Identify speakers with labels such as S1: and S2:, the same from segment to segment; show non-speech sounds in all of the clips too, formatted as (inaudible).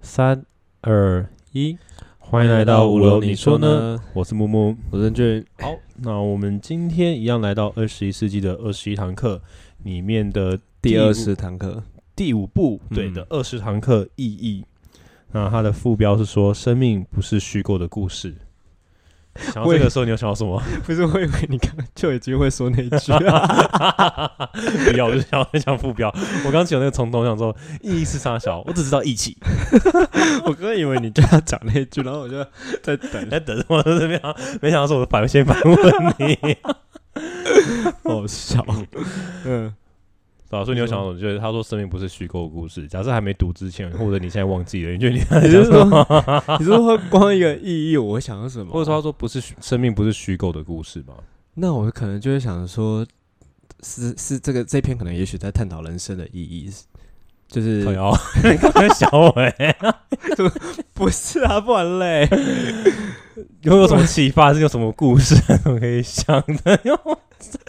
S1: 三二一，欢迎来到五楼，你说呢？？我是木木。
S2: 我是俊，
S1: 好，那我们今天一样来到二十一世纪的二十一堂课里面的
S2: 第
S1: 五
S2: 二十堂课，
S1: 第五部，对
S2: 嗯
S1: 的，二十堂课意义。那它的副标是说，生命不是虚构的故事。想到
S2: 喂
S1: 这个时候，你有想到什么？
S2: (laughs) 不是我以 (laughs) 为你刚刚就已经会说那一 (laughs) 句
S1: 不要，我就想很想副标。我刚只有那个冲动，想说意义是啥小，我只知道义
S2: (laughs)
S1: 气。
S2: 我刚以为你就要讲那一句，然后我就
S1: 你
S2: 在等，
S1: 在哎等我这边，没想到是我的反先反问你。
S2: (laughs) 好笑。嗯，
S1: 对啊，所以你有想到，就是他说生命不是虚构的故事。假设还没读之前，或者你现在忘记了，你觉得你
S2: 你
S1: 在讲
S2: 是
S1: 什么？
S2: (laughs) 说，你是说光一个意义，我会想到什么？
S1: 或者说他，说不是虚生命不是虚构的故事 (laughs) 吗？
S2: 那我可能就会想说，是是这个这篇可能也许在探讨人生的意义，就是 (laughs)
S1: 可以哦， (laughs) 你刚欸刚小伟、 (laughs)
S2: 不是啊，不然嘞，
S1: 有没有什么启发？是有什么故事啊我可以想的？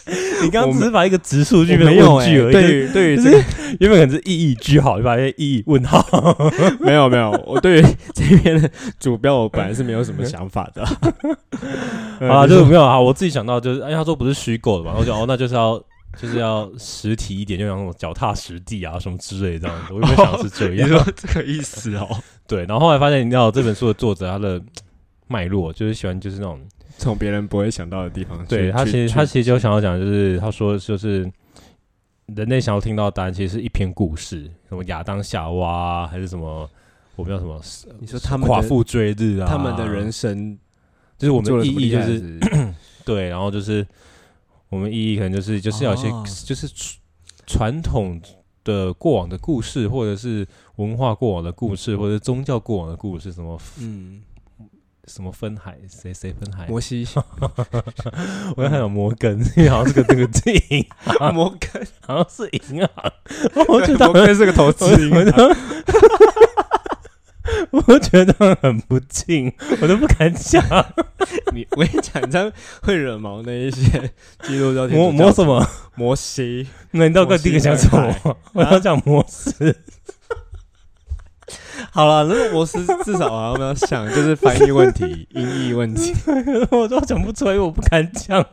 S1: (laughs) 你刚刚只是把一个直述句
S2: (laughs) 我
S1: 变
S2: 没
S1: 成
S2: 有
S1: 问
S2: 哎
S1: 句而已，
S2: 对于对于
S1: 就
S2: 这
S1: 是
S2: 个
S1: 原本可能是意义句号，你把那意义问 (laughs) 号。
S2: 没有没有，我对于这边的主标我本来是没有什么想法的。
S1: 啊，
S2: 就
S1: 就是没有啊，我自己想到就是，哎，他说不是虚构的嘛，我就哦，那就是要就是要实体一点，就像那种脚踏实地啊什么之类这样子，我原本想是这样，
S2: 这个意思哦，
S1: 对，然后后来发现，你知道这本书的作者他的脉络，就是喜欢就是那种，
S2: 从别人不会想到的地方去。
S1: 对他其
S2: 去
S1: 实
S2: 去
S1: 他其实就想要讲，就是他说就是人类想要听到的答案，其实是一篇故事，什么亚当夏娃啊、还是什么。我不知道什么
S2: 你说他们
S1: 夸
S2: 的
S1: 父追日啊，
S2: 他们的人生，
S1: 就是我们
S2: 做
S1: 的
S2: 了
S1: 意
S2: 什么
S1: 义
S2: 厉
S1: 就
S2: 害的
S1: 是
S2: 事，
S1: 对，然后就是我们意义可能就是就是要有一些、
S2: 哦
S1: 就是传传统的过往的故事，或者是文化过往的故事，或者是宗教过往的故事，什么
S2: 嗯，
S1: 什么分海，谁谁分海，啊
S2: 摩西
S1: 我刚才有摩根，因为好像是个这个电影，
S2: 摩根，
S1: (laughs) 好像是银行，我觉得
S2: 摩根是个投资
S1: 我
S2: 银
S1: 觉
S2: 行，
S1: 得。我觉得很不敬，我都不敢讲。
S2: 你我跟你讲，你这样会惹毛那一些基督教天主
S1: 摩
S2: 教
S1: 摩什么？
S2: 摩西，
S1: 难道怪第一个想什
S2: 摩西
S1: 么？我要讲摩斯。
S2: 好了，那个摩斯至少好像要想，就是翻译问题、音译问题。
S1: 我都讲不出来，因为我不敢讲。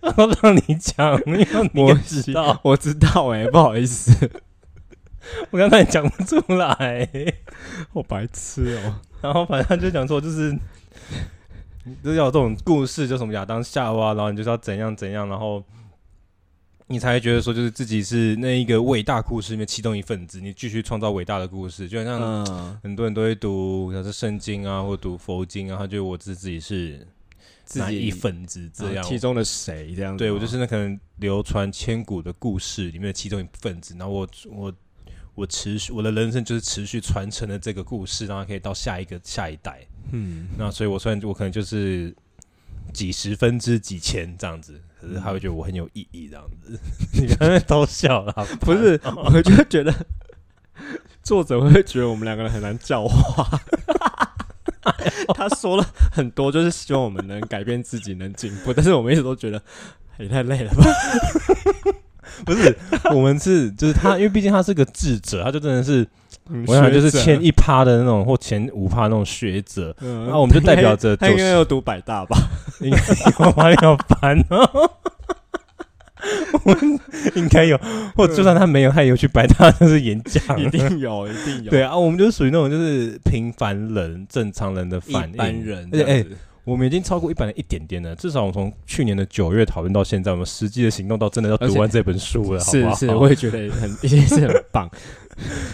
S1: 我让你讲，因为你也
S2: 摩
S1: 知
S2: 西
S1: 道，，
S2: 我知道哎、不好意思，
S1: 我刚才讲不出来。
S2: 我白痴哦、
S1: 然后反正他就讲说，就是就是要有这种故事，就什么亚当夏娃，然后你就是要怎样怎样，然后你才会觉得说，就是自己是那一个伟大故事里面其中一份子，你继续创造伟大的故事，就好像
S2: 嗯，
S1: 很多人都会读，像是圣经啊，或读佛经啊，他觉得我自自己是
S2: 自
S1: 哪
S2: 己啊
S1: 一份子这样，
S2: 其中嗯的谁这样子吗？啊
S1: 对我就是那可能流传千古的故事里面的其中一份子，然后我我我持续我的人生就是持续传承了这个故事，让它可以到下一个下一代。 (laughs)
S2: 嗯，
S1: 那所以我虽然我可能就是几十分之几千这样子，可是他会觉得我很有意义这样 (laughs) 子。你刚才偷笑了，
S2: 不是，
S1: 哦
S2: 我就觉得 (laughs) 作者会觉得我们两个人很难教化。 (laughs) 他说了很多，就是希望我们能改变自己，能进步，但是我们一直都觉得也太累了吧？ (laughs)
S1: 不是，我们是就是他，因为毕竟他是个智者，他就真的 (laughs) 是我
S2: 想
S1: 想就是前一趴的那种或前五趴那种学者，
S2: 嗯
S1: 啊那我们就代表着
S2: (laughs) 他应
S1: 就
S2: 该
S1: 是
S2: 要读百大
S1: (laughs)
S2: 吧？
S1: 应该有吧？你好烦 (laughs) 哦。我们应该有，或就算他没有，他也有去白大就是演讲。 (laughs)
S2: 一定有，一定有。
S1: 对，啊，我们就是属于那种就是平凡人、正常人的
S2: 一
S1: 反应。
S2: 般人
S1: 而且
S2: 这样子，
S1: 我们已经超过一般人一点点了。至少我们从去年的九月讨论到现在，我们实际的行动到真的要
S2: 而
S1: 读
S2: 且
S1: 完这本书了，好不好？ (laughs)
S2: 是是，我也觉得很，一定是很棒。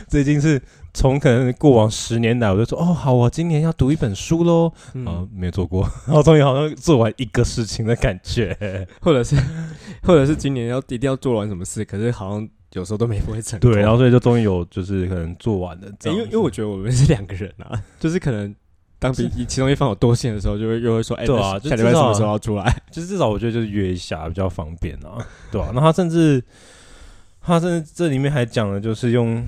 S1: 这已经是从可能过往十年来，我就说哦，好，我今年要读一本书喽。啊、
S2: 嗯，
S1: 没有做过， (laughs) 然后终于好像做完一个事情的感觉。
S2: (laughs) 或者是，或者是今年要一定要做完什么事，可是好像有时候都没不会成功。
S1: 对，然后所以就终于有就是可能做完了这
S2: 欸
S1: 样
S2: 因
S1: 子、
S2: 为因为我觉得我们是两个人啊， (laughs) 就是可能当比其中一方有多线的时候，就会又会说，哎、
S1: 对啊
S2: 那
S1: 就
S2: 下礼
S1: 知
S2: 拜什
S1: 道啊
S2: 么时候要出来？ (laughs)
S1: 就是至少我觉得就是约一下比较方便啊， (laughs) 对吧、那他甚至他甚至这里面还讲了，就是用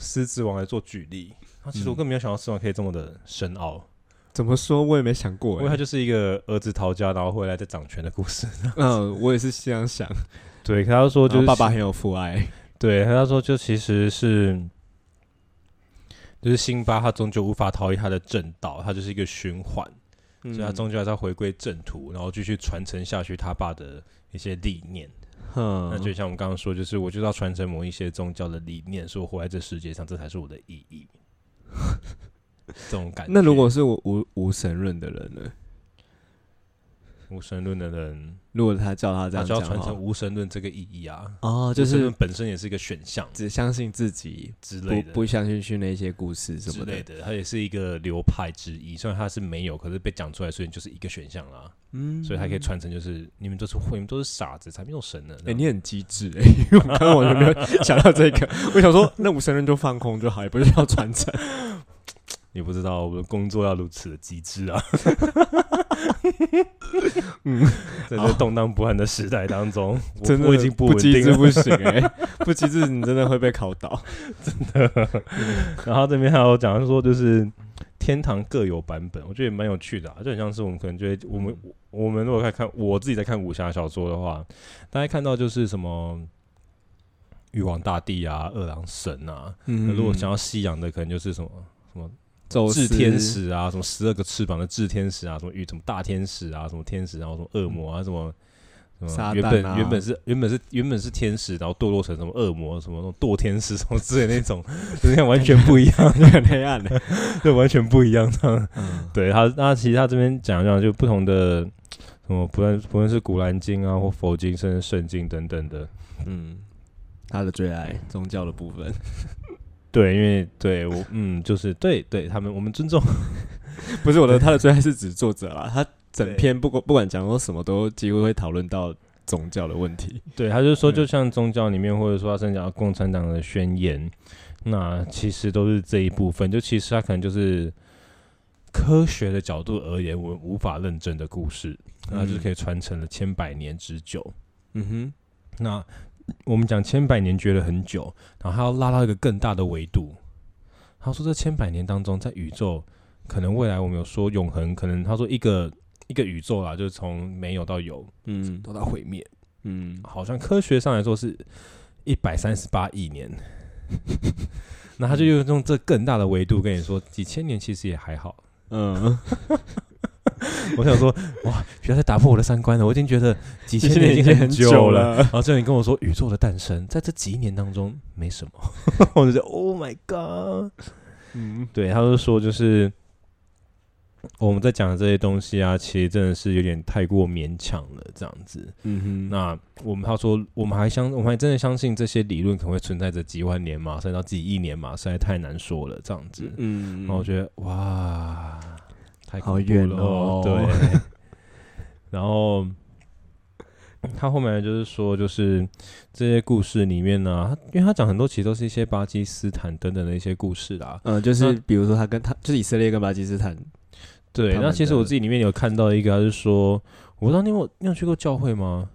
S1: 狮子王来做举例。他其实我
S2: 嗯
S1: 更没有想到狮子王可以这么的深奥，
S2: 怎么说我也没想过、
S1: 因为他
S2: 欸，
S1: 就是一个儿子逃家然后回来再掌权的故事。
S2: (laughs) 嗯，我也是这样想。
S1: (laughs) 对，可他就说
S2: 我
S1: 就是
S2: 爸爸很有父爱，
S1: 对，他说就其实是就是辛巴他终究无法逃离他的正道，他就是一个循环，嗯
S2: 嗯
S1: 所以他终究还是要回归正途，然后继续传承下去他爸的一些理念。
S2: 嗯，
S1: 那就像我们刚刚说，就是我就是要传承某一些宗教的理念，说活在这世界上，这才是我的意 (laughs) 义。这种感觉。
S2: 那如果是我无无神论的人呢？
S1: 无神论的人，
S2: 如果他叫他这
S1: 他
S2: 样
S1: 就
S2: 讲
S1: 要
S2: 的话，
S1: 传承无神论这个意义啊，
S2: 哦，就
S1: 无神论
S2: 是
S1: 本身也是一个选项
S2: 只相信自己，
S1: 之
S2: 不
S1: 类的。
S2: 不相信去那些故事什
S1: 之
S2: 么
S1: 类
S2: 的。
S1: 的，它也是一个流派之一。虽然它是没有，可是被讲出来，所以就是一个选项啦。
S2: 嗯
S1: 所以它可以传承，就是你们都是你们都是傻子，才没有神呢。
S2: 哎、你很机智哎、因为我刚刚完全没
S1: (laughs)
S2: 有想到这个，我想说那无神论就放空就好，也不需要传承。
S1: 你不知道我的工作要如此的极致 (laughs) 啊！
S2: 嗯，
S1: 在这动荡不安的时代当中，我
S2: 真的
S1: 我已经哦不稳
S2: 机
S1: 定
S2: 智
S1: 了。
S2: 不行哎、不机智你真的会被考
S1: (laughs)
S2: 倒。
S1: 然后这边还有讲说，就是天堂各有版本，我觉得也蛮有趣的、啊，就很像是我们可能就会我们我们如果在看我自己在看武侠小说的话，大家看到就是什么玉皇大帝啊、二郎神啊，那
S2: 嗯
S1: 如果想要西洋的，可能就是什么
S2: 走
S1: 炽天使啊，什么十二个翅膀的炽天使啊，什么与什么大天使啊，什么天使，然后什么恶魔啊，什么。什么
S2: 撒旦
S1: 原本、
S2: 啊
S1: 原本是原本是原本是天使，然后堕落成什么恶魔，什么那种堕天使什么之类的那种，就是那完全不一样， (laughs)
S2: 很黑暗的、
S1: 对，完全不一样这样。
S2: 嗯
S1: 对他，那其实他这边讲讲就不同的什么，不论不论是古兰经啊，或佛经，甚至圣经等等的，
S2: 嗯，他的最爱宗教的部分。
S1: (laughs) 对，因为对我嗯，就是对对，他们我们尊重，
S2: 不是我的，他的最爱是指作者啦。他整
S1: 对
S2: 篇不管不管讲说什么，都几乎会讨论到宗教的问题。
S1: 对，他就说，
S2: 嗯
S1: 就像宗教里面，或者说他甚至讲到共产党的宣言，那其实都是这一部分。就其实他可能就是科学的角度而言，我们无法论证的故事，那它就是可以传承了千百年之久。
S2: 嗯哼，
S1: 那我们讲千百年觉得很久，然后他要拉到一个更大的维度。他说这千百年当中，在宇宙可能未来我们有说永恒，可能他说一个一个宇宙啦，就是从没有到有，
S2: 嗯
S1: 到到毁灭。
S2: 嗯，
S1: 好像科学上来说是一百三十八亿年。 (laughs) 那他就用用这更大的维度跟你说，几千年其实也还好。
S2: 嗯，
S1: 我想说，哇，不要再打破我的三观了。我已经觉得几
S2: 其
S1: 千
S2: 实
S1: 年
S2: (laughs) 你
S1: 已
S2: 已
S1: 经
S2: 经
S1: 很
S2: 很
S1: 久
S2: 久
S1: 了。
S2: 了。
S1: 然后这你跟我说宇宙的诞生，在这几年当中没什么， (laughs) 我就觉得 Oh my God。
S2: 嗯
S1: 对，他就说就是我们在讲的这些东西啊，其实真的是有点太过勉强了，这样子。
S2: 嗯哼，
S1: 那我们他说，我们还相，我们还真的相信这些理论可能会存在着几万年嘛，甚至到几亿年嘛，实在太难说了，这样子。
S2: 嗯，
S1: 然后我觉得哇，太
S2: 好
S1: 恐怖
S2: 远
S1: 了
S2: 哦 (laughs)
S1: 对。然后他后面就是说，就是这些故事里面呢、他因为他讲很多其实都是一些巴基斯坦等等的一些故事啦。
S2: 嗯，就是比如说他跟他就是以色列跟巴基斯坦，
S1: 对，
S2: 他
S1: 那
S2: 们
S1: 其实我
S2: 的
S1: 自己里面有看到一个，他是说，我不知道你有你有去过教会吗？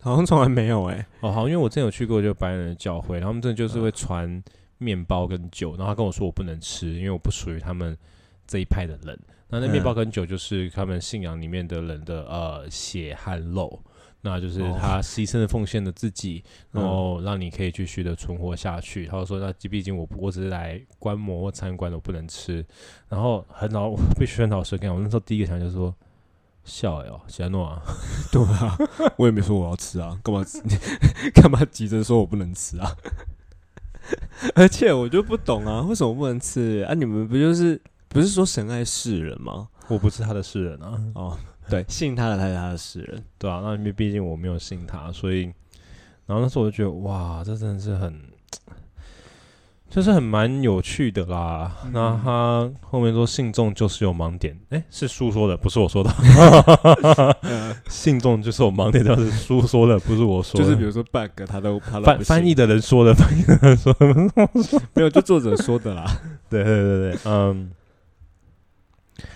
S2: 好像从来没有哎。
S1: 哦，好，因为我之前有去过就白人的教会，然后他们真的就是会传面包跟酒，然后他跟我说我不能吃，因为我不属于他们这一派的人。那那面包跟酒就是他们信仰里面的人的呃血和肉，那就是
S2: 哦
S1: 他牺牲的奉献了自己，
S2: 嗯
S1: 然后让你可以继续的存活下去。他就说，那毕竟我我只是来观摩或参观的，我不能吃。然后很老，我必须很老实跟你讲，我那时候第一个想就是说，笑哎哦，喜安诺啊，
S2: (laughs) 对啊， (laughs) 我也没说我要吃啊，干嘛 (laughs) 干嘛急着说我不能吃啊？ (laughs) 而且我就不懂啊，为什么不能吃啊？你们不就是不是说神爱世人吗？
S1: 我不是他的世人啊。
S2: 哦，对，信他的才是他的世 (laughs) 人。
S1: 对啊，那因为毕竟我没有信他，所以，然后那时候我就觉得，哇，这真的是很，就是很蛮有趣的啦。
S2: 嗯
S1: (laughs) 那他后面说信众就是有盲点，哎、是书说的，不是我说的。 (laughs)
S2: 啊
S1: 信众就是有盲点，但是书说的，不是我说
S2: 就
S1: 的。
S2: 是比如说 bug，他都他都
S1: 翻
S2: 不信
S1: 翻译的人说的，翻译的人说的。
S2: (laughs) 没有，就作者说 (laughs) 的啦。
S1: 对对对对，嗯。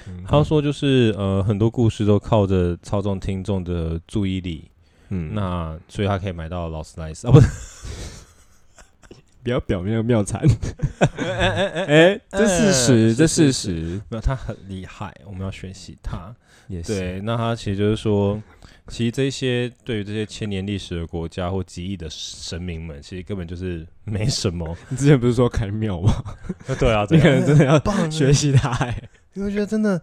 S2: 嗯
S1: 他说就是呃，很多故事都靠着操纵听众的注意力，
S2: 嗯
S1: 那所以他可以买到劳斯莱斯啊，不是
S2: 不要表面的妙产。
S1: 哎哎 (laughs) 哎哎，
S2: 哎，这事实，
S1: 是
S2: 这事
S1: 是
S2: 实
S1: 没有，他很厉害，我们要学习他。
S2: 也是。
S1: 对，那他其实就是说，其实这些对于这些千年历史的国家或几亿的神明们，其实根本就是没什么。
S2: 你之前不是说开庙吗？
S1: (laughs) 对 (laughs) 啊，
S2: 你
S1: 这个
S2: 可能真的要
S1: 棒啊
S2: 学习它、欸。
S1: 你会觉得真的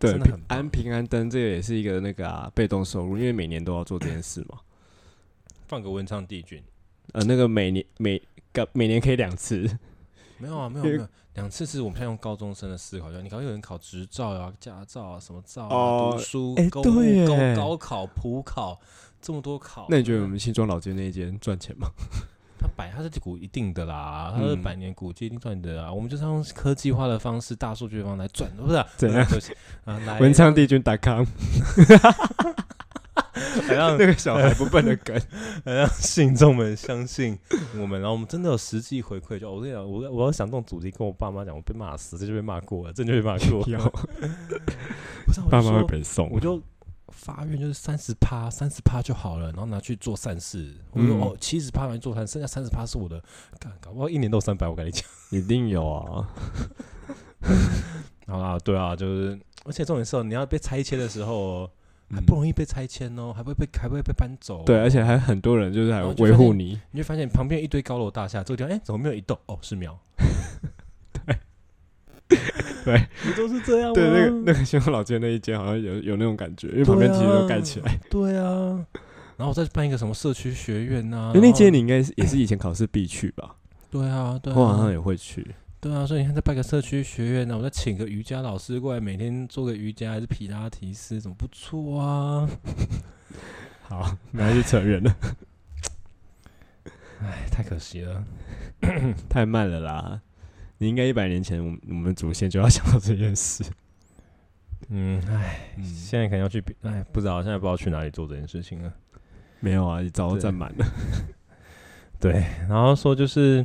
S2: 对
S1: 真的很，棒
S2: 安平安灯这个也是一个那个啊被动收入，因为每年都要做这件事嘛。
S1: 放个文昌帝君，
S2: 呃，那个每年每个每年可以两次，
S1: 没有啊，没有
S2: 因
S1: 没
S2: 为
S1: 有，两次是我们现在用高中生的思考，就你考有人考执照啊、驾照啊、什么照啊、
S2: 哦
S1: 读书、
S2: 哎
S1: 公
S2: 对
S1: 务、
S2: 耶
S1: 高高考、普考，这么多考。
S2: 那你觉得我们新庄老街那一间赚钱吗？
S1: 它百它是古一定的啦，它是
S2: 嗯
S1: 百年古迹一定赚的啊。我们就是要用科技化的方式、大数据的方式来赚，不是啊 (laughs)
S2: 怎样
S1: 对不起啊？来
S2: 文昌帝君 .com
S1: 来让 (laughs)
S2: (laughs) 那个小孩不笨的梗，
S1: 来让信众们相信我们，然后我们真的有实际回馈。就哦我跟你讲，我我要想这种主题，跟我爸妈讲，我被骂死，这就被骂过了，这就被骂
S2: (laughs)
S1: 过
S2: (laughs) 有
S1: 了。不是啊，我就
S2: 爸妈
S1: 说
S2: 会被送
S1: 我。就发愿就是三十趴，三十趴就好了，然后拿去做善事。我
S2: 嗯
S1: 说、哦，七十趴拿去做善，剩下三十趴是我的，干搞不好一年都三百，我跟你讲。
S2: 一定有啊，
S1: 好啦，对啊，就是，而且重点是哦，你要被拆迁的时候哦、还
S2: 嗯
S1: 不容易被拆迁哦，还会被还会被搬走、
S2: (laughs) 对，，而且还很多人就是还
S1: 然后就
S2: 维护你，
S1: 你会发现旁边一堆高楼大厦，这个地方哎、怎么没有一栋？哦，是庙。
S2: (laughs) 对，
S1: 不都是这样吗？
S2: 对，那个那啊个新庄老街那一间好像有有那种感觉，因为旁边其实都盖起来。
S1: 对啊。然后再办一个什么社区学院呐、啊？
S2: 哎那间
S1: 你
S2: 你应该是也是以前考试必去吧？
S1: 对啊，对啊，
S2: 我好像也会去。 (laughs)
S1: 对啊，所以你看，再办个社区学院啊呢，我再请个瑜伽老师过来，每天做个瑜伽还是皮拉提斯，怎么不错啊？
S2: 好，那就扯远了，
S1: 哎，太可惜了。
S2: 太慢了啦。你应该一百年前，我们我们祖先就要想到这件事。
S1: 嗯，哎，
S2: 嗯，
S1: 现在可能要去别，哎，不知道，现在不知道去哪里做这件事情了。
S2: 没有啊，早就
S1: 对
S2: 占满了。
S1: 对，然后说就是，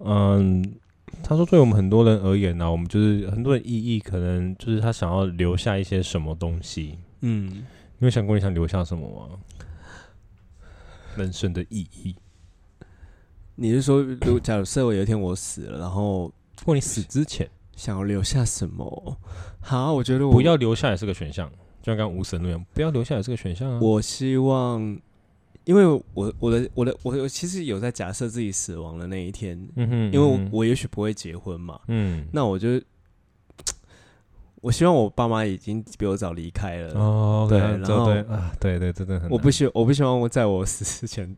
S1: 嗯，他说对我们很多人而言呢、我们就是很多人意义可能就是他想要留下一些什么东西。
S2: 嗯，
S1: 你有想过你想留下什么吗？人生的意义，
S2: 你是说，如果假如社会有一天我死了，然后
S1: 或你死之前。
S2: 想要留下什么？好，我觉得我
S1: 不要，留下也是个选项，就像刚刚无神论一样，不要留下也是个选项啊。
S2: 我希望，因为我我的我的我有其实有在假设自己死亡的那一天，
S1: 嗯哼，
S2: 因为我
S1: 嗯哼
S2: 我也许不会结婚嘛，
S1: 嗯
S2: 那我就我希望我爸妈已经比我早离开了。
S1: 哦，OK，
S2: 对
S1: 啊
S2: 然
S1: 这
S2: 后
S1: 对啊，对对，真的很
S2: 我不希我不希望我在我死之前，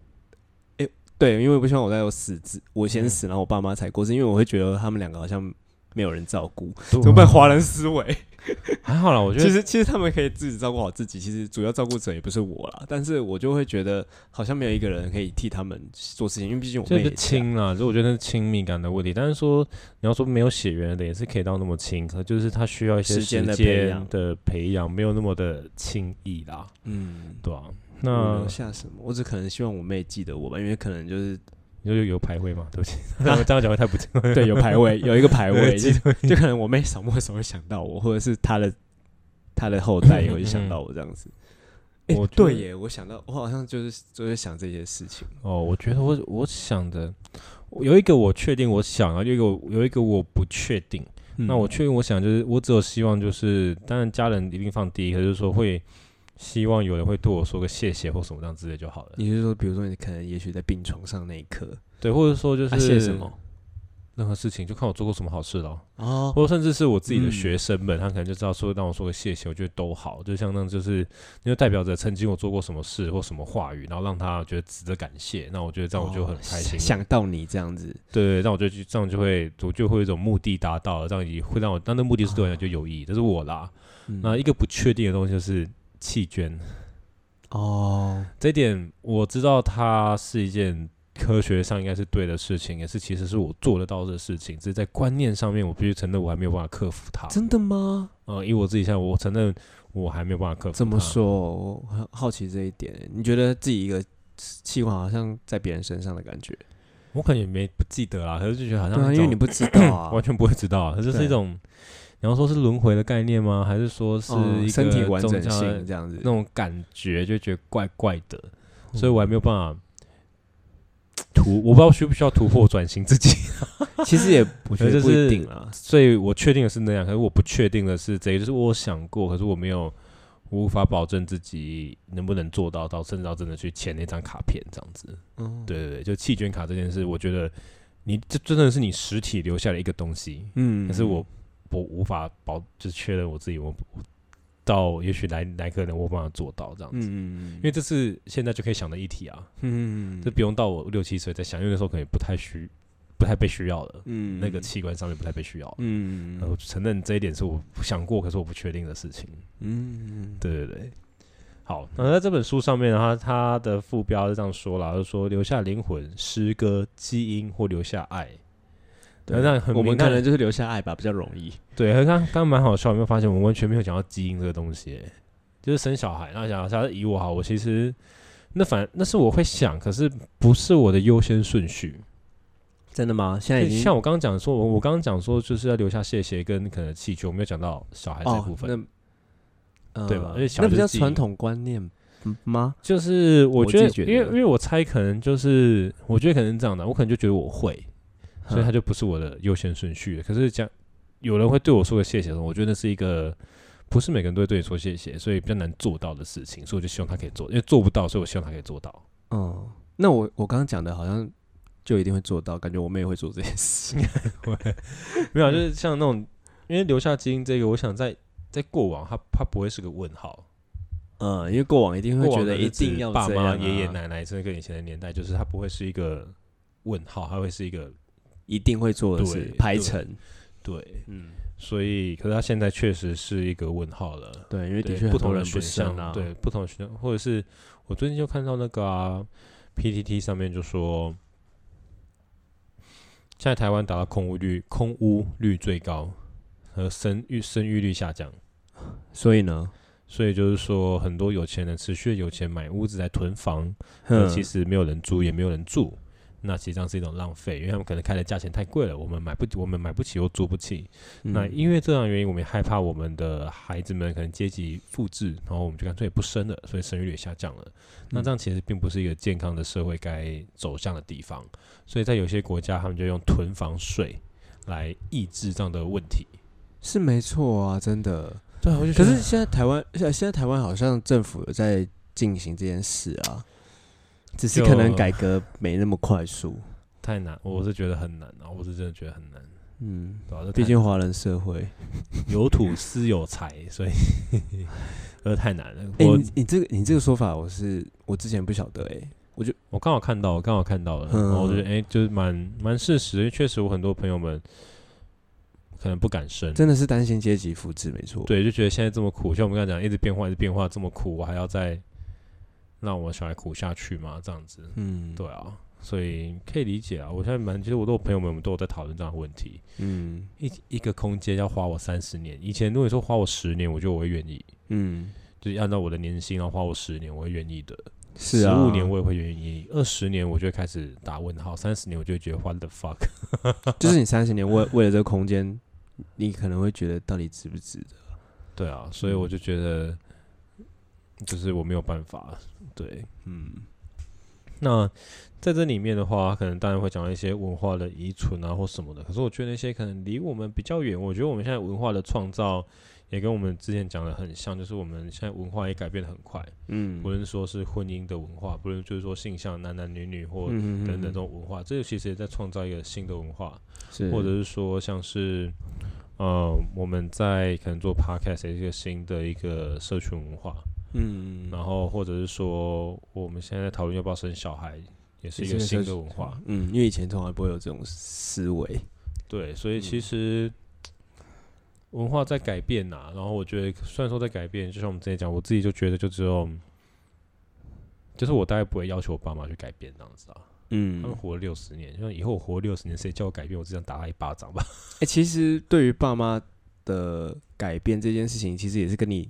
S2: 哎、对，因为我不希望我在我死之我先死，然后我爸妈才过世，因为我会觉得他们两个好像没有人照顾，
S1: 怎
S2: 怎么办？华人思维，
S1: 还好啦，我觉
S2: 其
S1: 得
S2: 实其实他们可以自己照顾好自己，其实主要照顾者也不是我啦，但是我就会觉得好像没有一个人可以替他们做事情，因为毕竟我
S1: 这
S2: 妹
S1: 个
S2: 也这样，
S1: 亲啦，就我觉得是亲密感的问题。但是说你要说没有血缘的也是可以到那么亲，可就是他需要一些
S2: 时间的
S1: 时间
S2: 培养
S1: 的培养，没有那么的轻易啦，
S2: 嗯。
S1: 对啊。
S2: 我
S1: 那
S2: 留下什么？我只可能希望我妹记得我吧，因为可能就是
S1: 你说有有排位吗？对不起，这样讲会太不敬
S2: (laughs) 对有排位，有一个排位，就
S1: 记得
S2: 就可能我 (laughs) 妹扫墓的时候会想到我，或者是她的她的后代也会想到我这样子。哎、
S1: 我觉得
S2: 对耶，我想到我好像就是就是想这些事情。
S1: 哦，我觉得我我想的我有一个我确定我想，啊，有一个我有一个我不确定。
S2: 嗯
S1: 那我确定我想就是，我只有希望就是，当然家人一定放第一，可是说会希望有人会对我说个谢谢或什么这样之类就好了。
S2: 你是说，比如说你可能也许在病床上那一刻，
S1: 对，或者说就
S2: 他、
S1: 是、
S2: 谢什么？
S1: 任何事情，就看我做过什么好事咯。
S2: 哦，
S1: 或者甚至是我自己的
S2: 嗯
S1: 学生们，他可能就知道说让我说个谢谢，我觉得都好，就相当就是，因为代表着曾经我做过什么事或什么话语，然后让他觉得值得感谢，那我觉得这样我就很开心了。
S2: 想到你这样子，
S1: 对，那我就去，这样就会，我就会有一种目的达到了，这样也会让我，那那目的是对我来讲就有意义，这是我啦。
S2: 嗯
S1: 那一个不确定的东西就是弃捐，
S2: 哦，
S1: 这一点我知道它是一件科学上应该是对的事情，也是其实是我做得到的事情，只是在观念上面，我必须承认我还没有办法克服它。
S2: 真的吗？
S1: 呃，以我自己现在，我承认我还没有办法克服。
S2: 怎么？说？我很好奇这一点。你觉得自己一个计划好像在别人身上的感觉？
S1: 我可能也没不记得啦，可是就觉得好像
S2: 对啊，
S1: 一
S2: 因为你
S1: 种
S2: 不知道
S1: (coughs)
S2: 啊，
S1: 完全不会知道，它就是
S2: 对
S1: 一种，你要说是轮回的概念吗？还是说是
S2: 嗯
S1: 一个
S2: 身体完
S1: 宗
S2: 整
S1: 教的
S2: 性这样子嗯
S1: 那。种感觉，就觉得怪怪的，所以我还没有办法。突，我不知道需不需要突破转型自己。
S2: 其实
S1: (laughs)
S2: 也我觉
S1: 可是
S2: 得不
S1: 就是
S2: 一定啦。
S1: 所以我确定的是那样，可是我不确定的是这个，就是我想过，可是我没有，我无法保证自己能不能做到，到甚至到真的去签那张卡片这样子。
S2: 嗯，
S1: 对对对，就弃捐卡这件事，我觉得你这真的是你实体留下的一个东西，
S2: 嗯
S1: 可是我我无法保，就是确认我自己，我我到也许来来可能我无法做到这样子，
S2: 嗯嗯，
S1: 因为这是现在就可以想的议题啊，
S2: 嗯
S1: 这不用到我六七岁再想，因为那时候可能也不太需不太被需要了，
S2: 嗯
S1: 那个器官上面不太被需要了。
S2: 嗯
S1: 呃我承认这一点是我想过，可是我不确定的事情。
S2: 嗯
S1: 对对对，好，那在这本书上面的话，它的副标是这样说啦，就是说留下灵魂、诗歌、基因或留下爱。那这样很
S2: 我
S1: 明
S2: 们可
S1: 看
S2: 能就是留下爱吧，比较容易。
S1: 对，刚刚刚蛮好笑，有没有发现我们完全没有讲到基因这个东西欸？就是生小孩，然后想他以我好，我其实那反那是我会想，可是不是我的优先顺序。
S2: 真的吗？现在
S1: 就
S2: 已经
S1: 像我刚刚讲说，我我刚刚讲说就是要留下谢谢跟可能气球，我没有讲到小孩这部分。
S2: 哦那呃
S1: 对吧因为小
S2: 那比
S1: 日
S2: 较
S1: 记
S2: 传统观念嗯吗？
S1: 就是我觉得，
S2: 我自己觉得
S1: 因为因为我猜可能就是，我觉得可能这样的，我可能就觉得我会，所以它就不是我的优先顺序了。可是讲有人会对我说个谢谢的时候，我觉得那是一个不是每个人都会对你说谢谢，所以比较难做到的事情，所以我就希望他可以做，因为做不到，所以我希望他可以做到。 (laughs)
S2: 嗯，那我我刚刚讲的好像就一定会做到，感觉我妹也会做这件
S1: (laughs)
S2: 事情。
S1: 没有，啊就是像那种，因为留下基因这个，我想在在过往，它它不会是个问号，
S2: 嗯，因为过往一定会
S1: 过
S2: 觉
S1: 往
S2: 得
S1: 的
S2: 一
S1: 日子
S2: 定要
S1: 爸
S2: 这
S1: 妈、
S2: 样啊
S1: 爷爷奶奶，甚至跟以前的年代，就是它不会是一个问号，它会是一个
S2: 一定会做的事
S1: 对
S2: 排
S1: 对
S2: 程。
S1: 对。
S2: 嗯，
S1: 所以，可是他现在确实是一个问号了。
S2: 对，因为的
S1: 对
S2: 确很
S1: 不
S2: 多
S1: 同的
S2: 人不
S1: 选项
S2: 生啊，
S1: 对不同的选项，或者是我最近就看到那个、啊、PTT 上面就说，现在台湾达到空屋率，空屋率最高，和生育生育率下降，
S2: 所以呢，
S1: 所以就是说，很多有钱人持续地有钱买屋子来囤
S2: (laughs)
S1: 房，
S2: 嗯
S1: 那其实没有人租，也没有人住。那其实这样是一种浪费，因为他们可能开的价钱太贵了，我们买不，我们买不起又租不起，那
S2: 嗯
S1: 因为这样的原因，我们也害怕我们的孩子们可能阶级复制，然后我们就干脆不生了，所以生育率也下降了。
S2: 嗯
S1: 那这样其实并不是一个健康的社会该走向的地方，所以在有些国家，他们就用囤房税来抑制这样的问题。
S2: 是没错啊，真的。
S1: 对，我就
S2: 可是现在台湾，呃现在现在台湾好像政府有在进行这件事啊，只是可能
S1: 就
S2: 改革没那么快速。
S1: 太难，我是觉得很难啊，我是真的觉得很难，
S2: 嗯，
S1: 对吧、这
S2: 毕
S1: 太
S2: 竟华人社会。
S1: 有土 (laughs) 私有财，所以 (laughs) 呃太难了。
S2: 哎、
S1: 我、
S2: 你你这个你这个说法，我是我之前不晓得哎、
S1: 我刚好看到，我刚好看到了，
S2: 嗯
S1: 然后我觉得哎、就是蛮蛮事实，因为确实我很多朋友们可能不敢生，
S2: 真的是担心阶级复制，没错。，
S1: 对，就觉得现在这么苦，像我们刚才讲，一直变化，一直变化，这么苦，我还要再让我小孩苦下去吗？这样子，
S2: 嗯，
S1: 对，啊，所以可以理解啊。我现在蛮，其实我都有朋友们，我们都有在讨论这样的问题。
S2: 嗯
S1: 一一个空间要花我三十年，以前如果你说花我十年，我觉得我会愿意，
S2: 嗯，
S1: 就是按照我的年薪，然后花我十年，我会愿意的。
S2: 是
S1: 十
S2: 啊，
S1: 五年我也会愿意，二十年我就会开始打问号，三十年我就会觉得 what the fuck，
S2: 就是你三十年为为了这个空间，你可能会觉得到底值不值得？
S1: (laughs) 对啊，所以我就觉得，就是我没有办法。对，
S2: 嗯
S1: 那在这里面的话，可能当然会讲到一些文化的遗存啊或什么的，可是我觉得那些可能离我们比较远。我觉得我们现在文化的创造也跟我们之前讲的很像，就是我们现在文化也改变的很快，
S2: 嗯
S1: 不论说是婚姻的文化，不论就是说性向男男女女或
S2: 嗯
S1: 等等这种文化，这个其实也在创造一个新的文化。
S2: 是
S1: 或者是说像是呃，我们在可能做 podcast 也是一个新的一个社群文化，
S2: 嗯，
S1: 然后或者是说我们现在在讨论要不要生小孩，也是一
S2: 也是
S1: 个
S2: 个
S1: 新
S2: 社
S1: 的
S2: 群
S1: 文化。
S2: 嗯，因为以前从来不会有这种思维。
S1: 对，所以
S2: 嗯
S1: 其实文化在改变呐、然后我觉得虽然说在改变，就像我们之前讲，我自己就觉得就只有。就是我大概不会要求我爸妈去改变这样子啊，他们
S2: 嗯，
S1: 活了六十年，像以后我活六十年，谁叫我改变，我只想打他一巴
S2: (laughs)
S1: 掌吧。
S2: 哎、其实对于爸妈的改变这件事情，其实也是跟你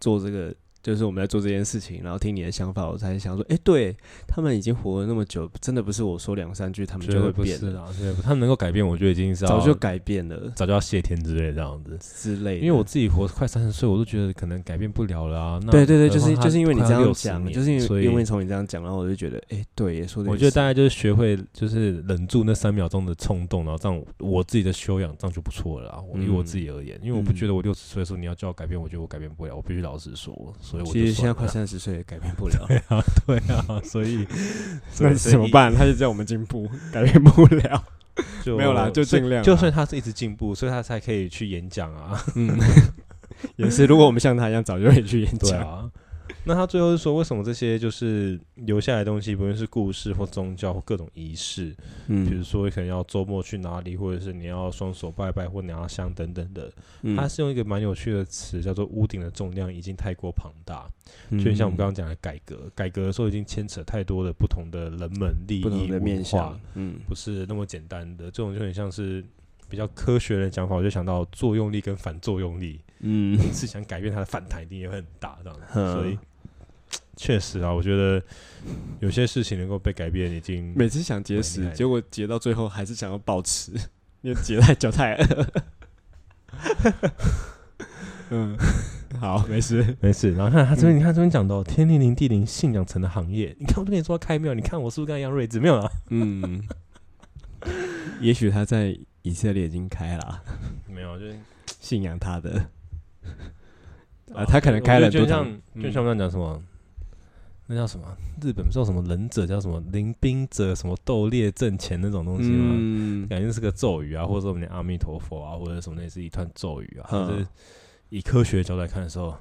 S2: 做这个就是我们在做这件事情，然后听你的想法，我才想说，哎、对他们已经活了那么久，真的不是我说两三句他们就会
S1: 不
S2: 变
S1: 是
S2: 了，
S1: 啦，对，他们能够改变，我觉得已经是要
S2: 早就改变了
S1: 早就要谢天之类这样子。
S2: 之类的。
S1: 因为我自己活快三十岁，我都觉得可能改变不了了啊。那
S2: 对对对，
S1: 何
S2: 就是
S1: 况他
S2: 就是因为你
S1: 快
S2: 这
S1: 要
S2: 样
S1: 60
S2: 讲，
S1: 年
S2: 就是因
S1: 所
S2: 为
S1: 以
S2: 因为从你这样讲，然后我就觉得，哎、对，也说的，
S1: 我觉得大家就是学会就是忍住那三秒钟的冲动，然后这样我自己的修养这样就不错了啊。我
S2: 嗯
S1: 以我自己而言，因为我不觉得我六十岁的时候你要叫我改变，我觉得我改变不了，我必须老实说，所以我就
S2: 其实现
S1: 算
S2: 在
S1: 了
S2: 快三十岁，改变不
S1: (laughs)
S2: 了，
S1: 对啊， (laughs) 所
S2: (laughs)
S1: 以
S2: 那怎么？办？他就叫我们进步， (laughs) 改变不了。
S1: 所以就
S2: 没有啦就尽量啦
S1: 就算他是一直进步，所以他才可以去演讲啊。
S2: 嗯， (laughs) 也是。如果我们像他一样，早就会去演
S1: 对
S2: 讲。
S1: 啊。那他最后是说，为什么这些就是留下来的东西，不论是故事或宗教或各种仪式，比如
S2: 嗯，
S1: 说可能要周末去哪里，或者是你要双手拜拜或拿香等等的，它
S2: 嗯
S1: 是用一个蛮有趣的词叫做“屋顶的重量已经太过庞大”，
S2: 嗯
S1: 就像我们刚刚讲的改革，改革的时候已经牵扯太多的不同的人们利益
S2: 不同的面
S1: 文化
S2: 向，，嗯
S1: 不是那么简单的。这种就很像是比较科学的讲法，我就想到作用力跟反作用力，
S2: 嗯，
S1: 是想改变它的反弹一定也会很大这样子，
S2: 嗯
S1: 所以。确实啊，我觉得有些事情能够被改变，已经
S2: 每次想节
S1: 蛮厉
S2: 食
S1: 害，的
S2: 结果节到最后还是想要暴吃，因为节太久太饿。 (laughs) 嗯，好，没事。
S1: 没事，然后看他这边，你看这边讲到天灵灵地灵信仰层的行业，你看我都跟你说开庙，你看我是不是跟他一样睿智？没有啦，
S2: 嗯，也许他在以色列已经开了，
S1: (laughs) 没有，啊就是
S2: 信仰他的。啊他可能开了很多
S1: 就像
S2: 堂嗯
S1: 就像我们讲什么，那叫什么？啊日本不是有什么忍者叫什么临兵者，什么斗猎挣钱那种东西吗？
S2: 嗯，
S1: 感觉是个咒语啊，或者说我们的阿弥陀佛啊，或者什么类似一串咒语啊。
S2: 嗯
S1: 就是以科学的角度来看的时候，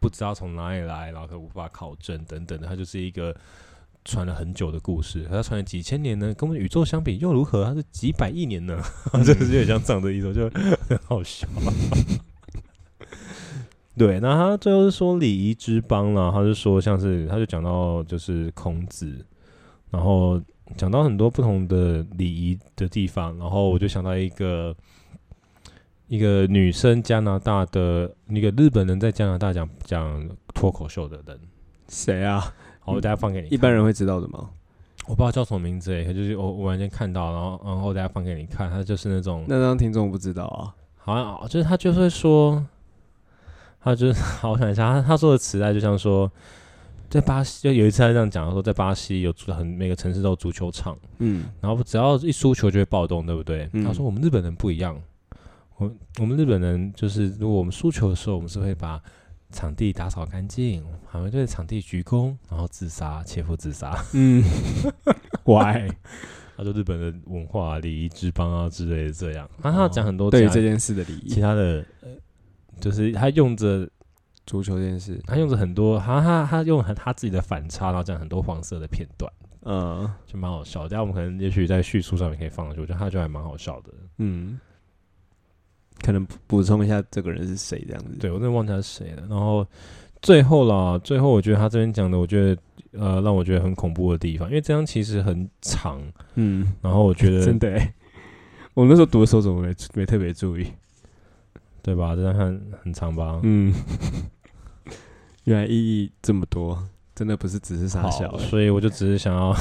S1: 不知道从哪里来，然后无法考证等等的，它就是一个传了很久的故事。它传了几千年呢，跟我们宇宙相比又如何？它是几百亿年呢， (laughs) 就是有点像这样的意思，就很好笑。 (laughs) 对，那他最后是说礼仪之邦啦，他就说像是他就讲到就是孔子，然后讲到很多不同的礼仪的地方，然后我就想到一个一个女生加拿大的一个日本人在加拿大讲讲脱口秀的人，
S2: 谁啊？
S1: 好，我大家放给你看。
S2: 一般人会知道的吗？
S1: 我不知道叫什么名字诶，就是我我完全看到，然后然后我等下放给你看，他就是那种
S2: 那让听众不知道啊。
S1: 好像哦就是他就会说，他就是好我想一下，他他说的词啊，就像说，在巴西就有一次他这样讲，他说在巴西有足很每个城市都有足球场，
S2: 嗯，
S1: 然后只要一输球就会暴动，对不对？
S2: 嗯
S1: 他说我们日本人不一样，我我们日本人就是如果我们输球的时候，我们是会把场地打扫干净，还会对场地鞠躬，然后自杀，切腹自杀。 (laughs)
S2: (laughs) 嗯，Why？
S1: 他说日本的文化、啊、礼仪之邦啊之类的这样，然后他讲很多
S2: 哦对
S1: 其
S2: 于
S1: 他
S2: 这件事的礼仪
S1: 其，他的，呃，就是他用着
S2: 足球这件事，
S1: 他用着很多，他他他用很他自己的反差，然后讲很多黄色的片段，
S2: 嗯
S1: 就蛮好笑的。但我们可能也许在叙述上面可以放上去，我觉得他就还蛮好笑的。
S2: 嗯，可能补补充一下这个人是谁这样子。
S1: 对我真的忘记他是谁了。然后最后啦，最后我觉得他这边讲的，我觉得呃让我觉得很恐怖的地方，因为这张其实很长，
S2: 嗯，
S1: 然后我觉得
S2: 真的欸。我那时候读的时候怎么没没特别注意？
S1: 对吧？这张很很长吧？
S2: 嗯， (laughs) 原来意义这么多，真的不是只是傻
S1: 好，
S2: 笑欸。
S1: 所以我就只是想
S2: (laughs)
S1: 要，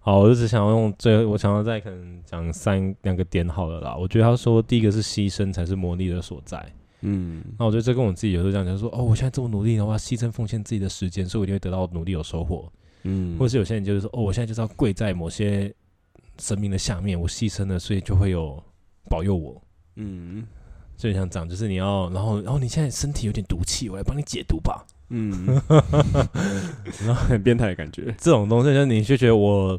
S1: 好，我就只想要用最，我想要再可能讲三两个点好了啦。我觉得他说第一个是牺牲才是魔力的所在，
S2: 嗯
S1: 那我觉得这跟我自己有时候讲，就是说哦，我现在这么努力，然后我要牺牲奉献自己的时间，所以我一定会得到努力有收获。
S2: 嗯，
S1: 或是有些人就是说哦，我现在就是要跪在某些神明的下面，我牺牲了，所以就会有保佑我。
S2: 嗯
S1: 所以像这样，就是你要，然后，然后你现在身体有点毒气，我来帮你解毒吧。
S2: (laughs) 嗯，然后很变态的感觉。
S1: 这种东西，就是你就觉得我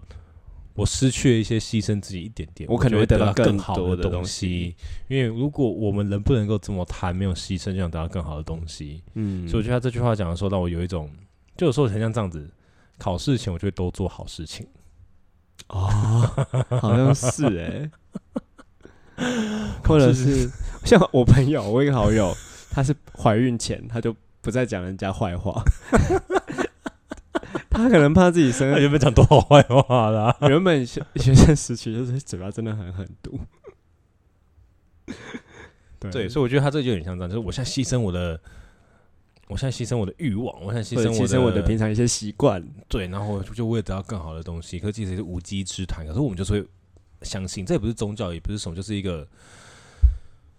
S1: 我失去了一些牺牲自己一点点，
S2: 我可能
S1: 就会
S2: 会得
S1: 到
S2: 到更
S1: 好
S2: 多的
S1: 东
S2: 东
S1: 西。因为如果我们人不能够这么贪，没有牺牲，就想得到更好的东西。
S2: 嗯，
S1: 所以我觉得他这句话讲的时候，让我有一种，就有时候很像这样子。考试前我就会多做好事情，
S2: 哦， (laughs) 好
S1: (laughs)
S2: 像是哎、或者是 (laughs) 像我朋友，我一个好友，她是怀孕前，她就不再讲人家坏话， (laughs) 她可能怕自己生
S1: (laughs) 他。原本讲多好坏话啦、
S2: 原本学学生时期就是嘴巴真的很狠毒，对
S1: 对，所以我觉得他这就有点像这样，就是我现在牺牲我的我现在牺牲我的欲望，我现在牺
S2: 或者
S1: 牲
S2: 牺牲我的平常一些习
S1: (laughs)
S2: 惯，
S1: 对，然后就就为了得到更好的东西，可是其实是无稽之谈。可是我们就是会相信，这也不是宗教，也不是什么，就是一个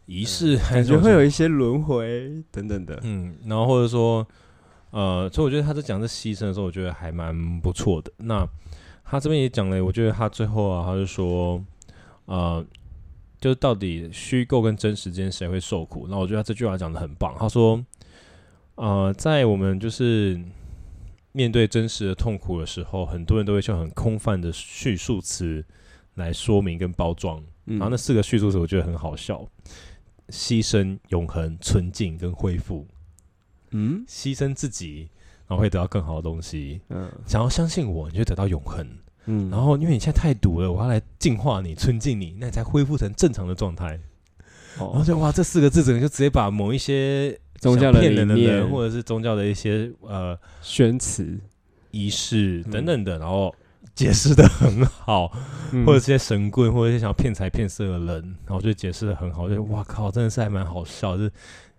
S1: 仪式，还
S2: 感
S1: 是
S2: 觉
S1: 我
S2: 会有一些轮回等等的。
S1: 嗯，然后或者说，呃，所以我觉得他在讲这牺牲的时候，我觉得还蛮不错的。那他这边也讲了，我觉得他最后啊，他就说，呃，就是到底虚构跟真实之间谁会受苦？那我觉得他这句话讲的很棒。他说，呃，在我们就是面对真实的痛苦的时候，很多人都会用很空泛的叙述词来说明跟包装。
S2: 嗯
S1: 然后那四个叙述词我觉得很好笑：牺牲、永恒、纯净跟恢复。
S2: 嗯
S1: 牺牲自己，然后会得到更好的东西。
S2: 嗯
S1: 想要相信我，你就得到永恒。
S2: 嗯，
S1: 然后因为你现在太毒了，我要来净化你、纯净你，那你才恢复成正常的状态。然后
S2: 哦
S1: 就哇，这四个字整个就直接把某一些
S2: 宗
S1: 想
S2: 教的
S1: 骗人的
S2: 理念
S1: 人，或者是宗教的一些呃
S2: 宣词，
S1: 仪式
S2: 嗯
S1: 等等的，然后解释的很好，
S2: 嗯
S1: 或者这些神棍，或者一些想要骗财骗色的人，然后就解释的很好，就哇靠，真的是还蛮好笑。就是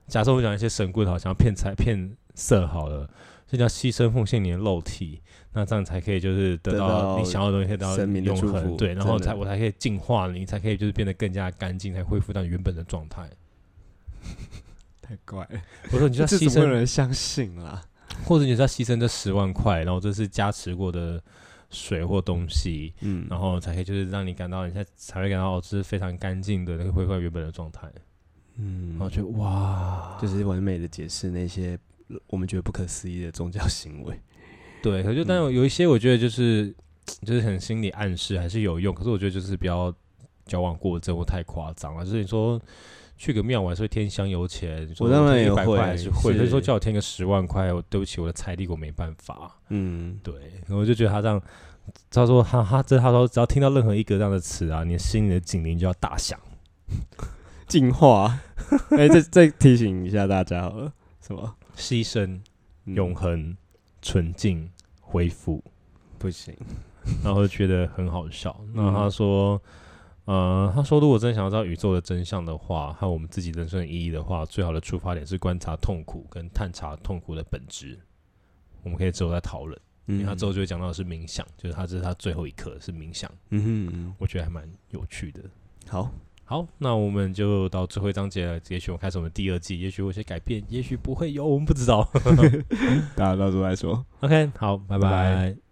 S1: 假设我讲一些神棍好，想要骗财骗色好了，就叫牺牲奉献你的肉体，那这样才可以就是得
S2: 得
S1: 到
S2: 到
S1: 你想要的东西，可以得
S2: 神明的
S1: 到永
S2: 祝
S1: 恒，
S2: 福
S1: 对，然后
S2: 真的
S1: 才我才可以净化你，才可以就是变得更加干净，才恢复到你原本的状态。
S2: (laughs) 太怪了，
S1: 我说你就要
S2: 这
S1: 牺
S2: 怎么有
S1: 牲，
S2: 人相信啊啦？
S1: 或者你就要牺牲这十万块，然后这是加持过的水或东西，
S2: 嗯
S1: 然后才可以就是让你感到你现在才会感到哦，这是非常干净的，那个恢复到原本的状态。
S2: 嗯
S1: 然后觉得哇，
S2: 就是完美的解释那些呃我们觉得不可思议的宗教行为。
S1: 对，
S2: 嗯
S1: 可就但有有一些我觉得就是就是很心理暗示还是有用，可是我觉得就是不要矫枉过正或太夸张了。就是你说去个庙，我还是会添香油钱，你说
S2: 我当然也
S1: 一百块
S2: 会
S1: 还是会，
S2: 是
S1: 所以说叫我添个十万块，我对不起我的财力我没办法。
S2: 嗯，
S1: 对，然后我就觉得他这样，他说他他这他说只要听到任何一个这样的词啊，你的心里的警铃就要大响。
S2: 进 (laughs) 化。哎、再再提醒一下大家好了，什么
S1: 牺牲、永
S2: 嗯、
S1: 恒、纯净、恢复，
S2: 不行？
S1: 然后就觉得很好笑。那他说，呃，他说如果真想要知道宇宙的真相的话，和我们自己人生的意义的话，最好的出发点是观察痛苦跟探查痛苦的本质。我们可以之后再讨论，因
S2: 嗯
S1: 为他之后就会讲到的是冥想，就是他这是他最后一课是冥想，
S2: 嗯哼嗯
S1: 我觉得还蛮有趣的。
S2: 哼，好，
S1: 好，那我们就到最后一章节了。也许我们开始我们第二季，也许会有些改变，也许不会有，我们不知道。 (laughs)
S2: 大家到时候再说。
S1: OK，好，拜
S2: 拜
S1: 拜
S2: 拜